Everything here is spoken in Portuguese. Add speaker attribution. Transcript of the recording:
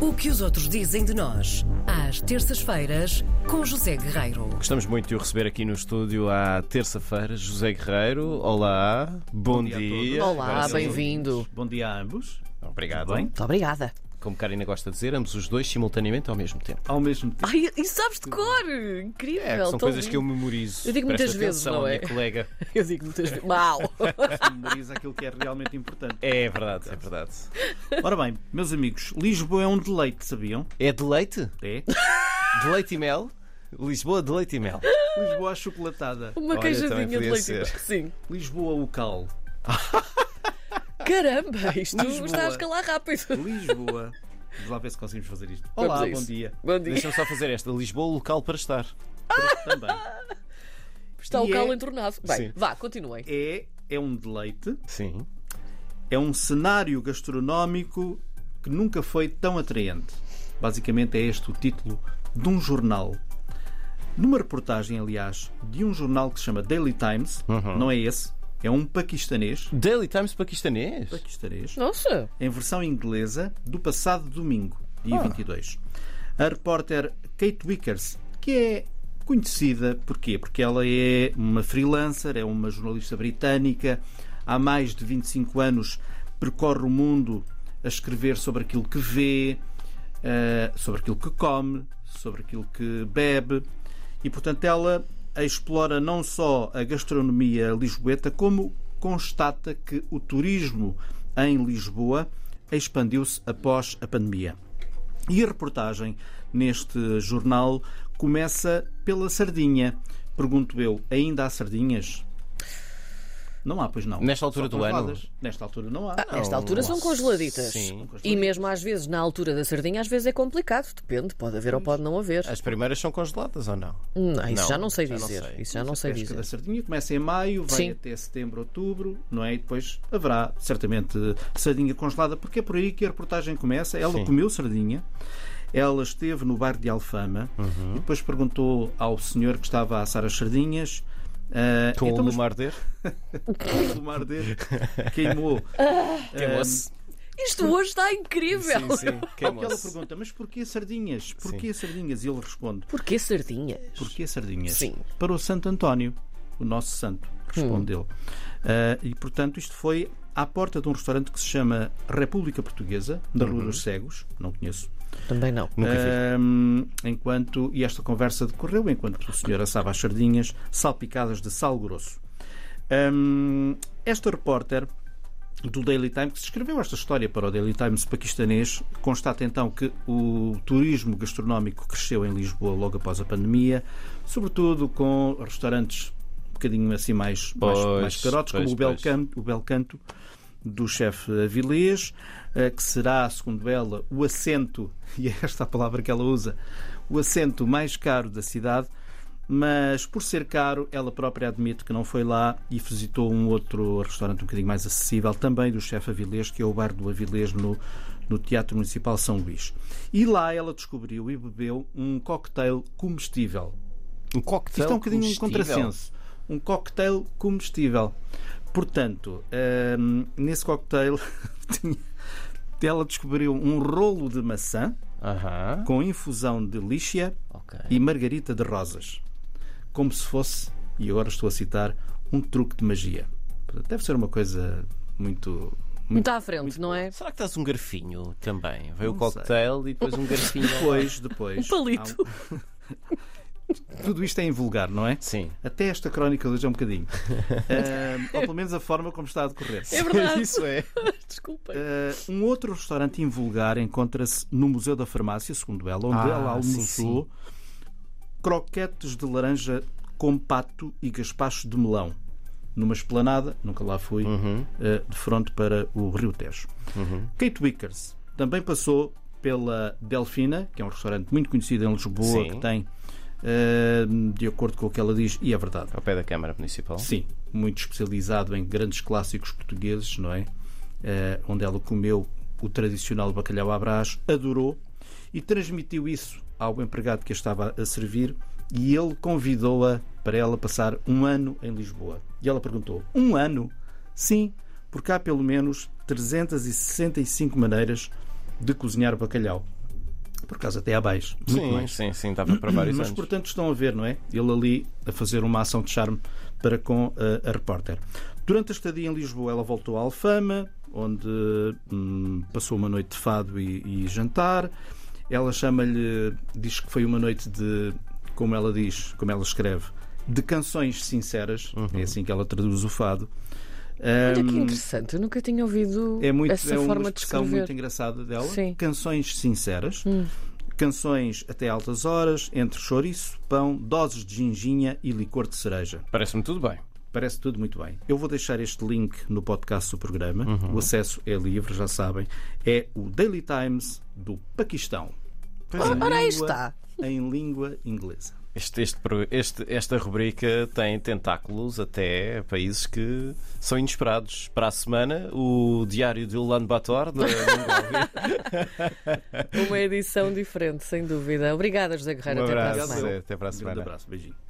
Speaker 1: O que os outros dizem de nós, às terças-feiras, com José Guerreiro.
Speaker 2: Gostamos muito de o receber aqui no estúdio à terça-feira, José Guerreiro. Olá, bom,
Speaker 3: dia a
Speaker 2: dia.
Speaker 3: todos. um
Speaker 4: Olá,
Speaker 2: Agora sim.
Speaker 4: bem-vindo.
Speaker 3: Bom dia a ambos.
Speaker 2: Obrigado.
Speaker 3: Tudo bem?
Speaker 4: Muito obrigada.
Speaker 2: Como Karina gosta de dizer, ambos os dois simultaneamente ao mesmo tempo.
Speaker 3: Ao mesmo tempo.
Speaker 4: Ai, e sabes de cor! Incrível!
Speaker 2: É, que são
Speaker 4: tão
Speaker 2: coisas que eu
Speaker 4: lindo.
Speaker 2: memorizo.
Speaker 4: Eu digo
Speaker 2: Presta
Speaker 4: muitas vezes,
Speaker 2: atenção,
Speaker 4: não é?
Speaker 2: minha colega.
Speaker 4: Eu digo muitas vezes. Mal!
Speaker 3: se memoriza aquilo que é realmente importante.
Speaker 2: É verdade, é verdade.
Speaker 3: Ora bem, meus amigos, Lisboa é um deleite, sabiam?
Speaker 2: É de leite?
Speaker 3: É.
Speaker 2: De leite e mel? Lisboa de leite e mel.
Speaker 3: Lisboa chocolatada.
Speaker 4: Uma
Speaker 2: Olha, também
Speaker 4: queijadinha de
Speaker 2: podia
Speaker 4: leite.
Speaker 2: ser.
Speaker 4: Sim.
Speaker 3: Lisboa o cal.
Speaker 4: Caramba, isto
Speaker 3: Lisboa.
Speaker 4: está a escalar rápido.
Speaker 3: Lisboa. Vamos lá ver se conseguimos fazer isto.
Speaker 4: Vamos
Speaker 3: Olá,
Speaker 4: a
Speaker 3: bom
Speaker 4: isso.
Speaker 3: dia.
Speaker 4: Bom dia.
Speaker 2: Deixa-me só fazer esta. Lisboa, local para estar.
Speaker 3: Também.
Speaker 4: Está o
Speaker 3: E é-
Speaker 4: calo entornado. Bem,
Speaker 2: Sim.
Speaker 4: vá, continuem.
Speaker 3: É, é um deleite,
Speaker 2: Sim.
Speaker 3: é um cenário gastronómico que nunca foi tão atraente. Basicamente é este o título de um jornal. Numa reportagem, aliás, de um jornal que se chama Daily Times, não é esse, é um paquistanês,
Speaker 2: Daily Times paquistanês?
Speaker 3: paquistanês
Speaker 4: Nossa!
Speaker 3: em versão inglesa do passado domingo, dia 22. A repórter Kate Wickers, que é conhecida porquê? Porque ela é uma freelancer, é uma jornalista britânica, há mais de 25 anos percorre o mundo a escrever sobre aquilo que vê, eh, sobre aquilo que come, sobre aquilo que bebe e, portanto, ela explora não só a gastronomia lisboeta, como constata que o turismo em Lisboa expandiu-se após a pandemia. E a reportagem neste jornal começa pela sardinha. Pergunto eu, ainda há sardinhas? Não há, pois não.
Speaker 2: Nesta altura
Speaker 3: Só
Speaker 2: do ano? Ah,
Speaker 3: congeladas. Nesta altura não há.
Speaker 4: Nesta altura são congeladitas.
Speaker 2: Sim.
Speaker 4: E mesmo às vezes, na altura da sardinha, às vezes é complicado. Depende, pode haver ou pode não haver.
Speaker 2: As primeiras são congeladas ou não?
Speaker 4: Não, isso
Speaker 2: Não,
Speaker 4: já não sei
Speaker 2: já não
Speaker 4: dizer.
Speaker 2: sei.
Speaker 4: Isso já não sei
Speaker 3: pesca
Speaker 4: dizer.
Speaker 3: da sardinha começa em maio, vai
Speaker 4: Sim.
Speaker 3: até setembro, outubro, não é? E depois haverá certamente sardinha congelada, porque é por aí que a reportagem começa. Ela
Speaker 2: Sim.
Speaker 3: comeu sardinha, ela esteve no bar de Alfama e depois perguntou ao senhor que estava a assar as sardinhas. ah,
Speaker 2: Com
Speaker 3: então,
Speaker 2: o
Speaker 3: mas
Speaker 2: lume a arder?
Speaker 3: o lumar dele queimou.
Speaker 2: Queimou-se.
Speaker 4: Isto hoje está incrível!
Speaker 2: Sim, sim.
Speaker 3: Porque ela
Speaker 2: Queimou-se.
Speaker 3: pergunta, mas porquê sardinhas? Porquê sardinhas? E ele responde,
Speaker 4: Porquê sardinhas?
Speaker 3: Porquê sardinhas?
Speaker 4: Sim.
Speaker 3: Para o Santo António, o nosso santo, respondeu. Ah, e, portanto, isto foi à porta de um restaurante que se chama República Portuguesa, da Rua dos Cegos, não conheço.
Speaker 4: Também não.
Speaker 2: Nunca vi.
Speaker 3: Ahm, enquanto, e esta conversa decorreu enquanto o senhor assava as sardinhas salpicadas de sal grosso. Ahm, esta repórter do Daily Times, que se escreveu esta história para o Daily Times paquistanês, constata então que o turismo gastronómico cresceu em Lisboa logo após a pandemia, sobretudo com restaurantes um bocadinho assim mais, mais,
Speaker 2: Pois,
Speaker 3: mais carotes,
Speaker 2: pois,
Speaker 3: como o Bel,
Speaker 2: pois.
Speaker 3: Canto, o Bel Canto, do chefe Avilés, eh, que será, segundo ela, o assento, e é esta a palavra que ela usa, o assento mais caro da cidade, mas por ser caro, ela própria admite que não foi lá e visitou um outro restaurante um bocadinho mais acessível, também do chefe Avilés, que é o bar do Avilés no, no Teatro Municipal São Luís. E lá ela descobriu e bebeu um cocktail comestível.
Speaker 2: Um cocktail.
Speaker 3: Isto é um bocadinho um
Speaker 2: comestível.
Speaker 3: contrassenso. Um cocktail comestível. Portanto, hum, nesse cocktail tinha- ela descobriu um rolo de maçã
Speaker 2: Aham.
Speaker 3: com infusão de lixa
Speaker 2: Ok.
Speaker 3: e margarita de rosas. Como se fosse, e agora estou a citar, um truque de magia. Portanto, Deve ser uma coisa muito.
Speaker 4: Muito à frente, não é?
Speaker 2: Será que estás um garfinho também? Veio o
Speaker 3: Não
Speaker 2: cocktail e depois um garfinho.
Speaker 3: Depois, depois.
Speaker 4: Palito.
Speaker 3: há um- Tudo isto é invulgar, não é?
Speaker 2: Sim.
Speaker 3: Até esta crónica hoje é um bocadinho. Hum, ou pelo menos a forma como está a decorrer.
Speaker 4: É verdade.
Speaker 2: Isso é.
Speaker 4: Desculpa.
Speaker 3: Uh, um outro restaurante invulgar encontra-se no Museu da Farmácia, segundo ela, onde
Speaker 2: Ah,
Speaker 3: ela
Speaker 2: sim,
Speaker 3: almoçou croquetes de laranja com pato e gaspacho de melão. Numa esplanada, nunca lá fui,
Speaker 2: Uhum.
Speaker 3: uh, de frente para o Rio Tejo. Kate Wickers também passou pela Delfina, que é um restaurante muito conhecido em Lisboa,
Speaker 2: Sim.
Speaker 3: que tem, uh, de acordo com o que ela diz, e é verdade,
Speaker 2: Ao pé da Câmara Municipal.
Speaker 3: Sim, muito especializado em grandes clássicos portugueses, não é? Eh, onde ela comeu o tradicional bacalhau à brás, adorou e transmitiu isso ao empregado que a estava a servir e ele convidou-a para ela passar um ano em Lisboa. E ela perguntou: Um ano? Sim, porque há pelo menos 365 maneiras de cozinhar bacalhau. por acaso até abaixo. Muito
Speaker 2: Sim,
Speaker 3: mais.
Speaker 2: sim, sim, estava para vários
Speaker 3: Mas,
Speaker 2: anos.
Speaker 3: portanto, estão a ver, não é? Ele ali a fazer uma ação de charme para com eh, a repórter. Durante a estadia em Lisboa, ela voltou à Alfama, onde hum, passou uma noite de fado e, e jantar. Ela chama-lhe, diz que foi uma noite de, como ela diz, como ela escreve, de canções sinceras. É assim que ela traduz o fado.
Speaker 4: Olha que
Speaker 3: Hum,
Speaker 4: interessante, eu nunca tinha ouvido
Speaker 3: é muito,
Speaker 4: essa
Speaker 3: é uma
Speaker 4: forma de
Speaker 3: expressão
Speaker 4: escrever.
Speaker 3: muito engraçada dela.
Speaker 4: Sim. Hum.
Speaker 3: Canções sinceras, canções até altas horas, entre chouriço, pão, doses de ginginha e licor de cereja.
Speaker 2: Parece-me tudo bem.
Speaker 3: Parece tudo muito bem. Eu vou deixar este link no podcast do programa.
Speaker 2: Uhum.
Speaker 3: O acesso é livre, já sabem. É o Daily Times do Paquistão. Em
Speaker 4: Ora, aí
Speaker 3: língua-
Speaker 4: está.
Speaker 3: Em língua inglesa.
Speaker 2: Este, este pro- este- esta rubrica tem tentáculos até países que são inesperados. Para a semana, o diário de Ulan Bator. da Mongólia.
Speaker 4: Uma edição diferente, sem dúvida. Obrigada, José Guerreiro.
Speaker 2: um
Speaker 4: Até para a
Speaker 2: abraço.
Speaker 4: semana.
Speaker 2: Até para a
Speaker 3: Um grande
Speaker 2: semana.
Speaker 3: abraço, beijinho.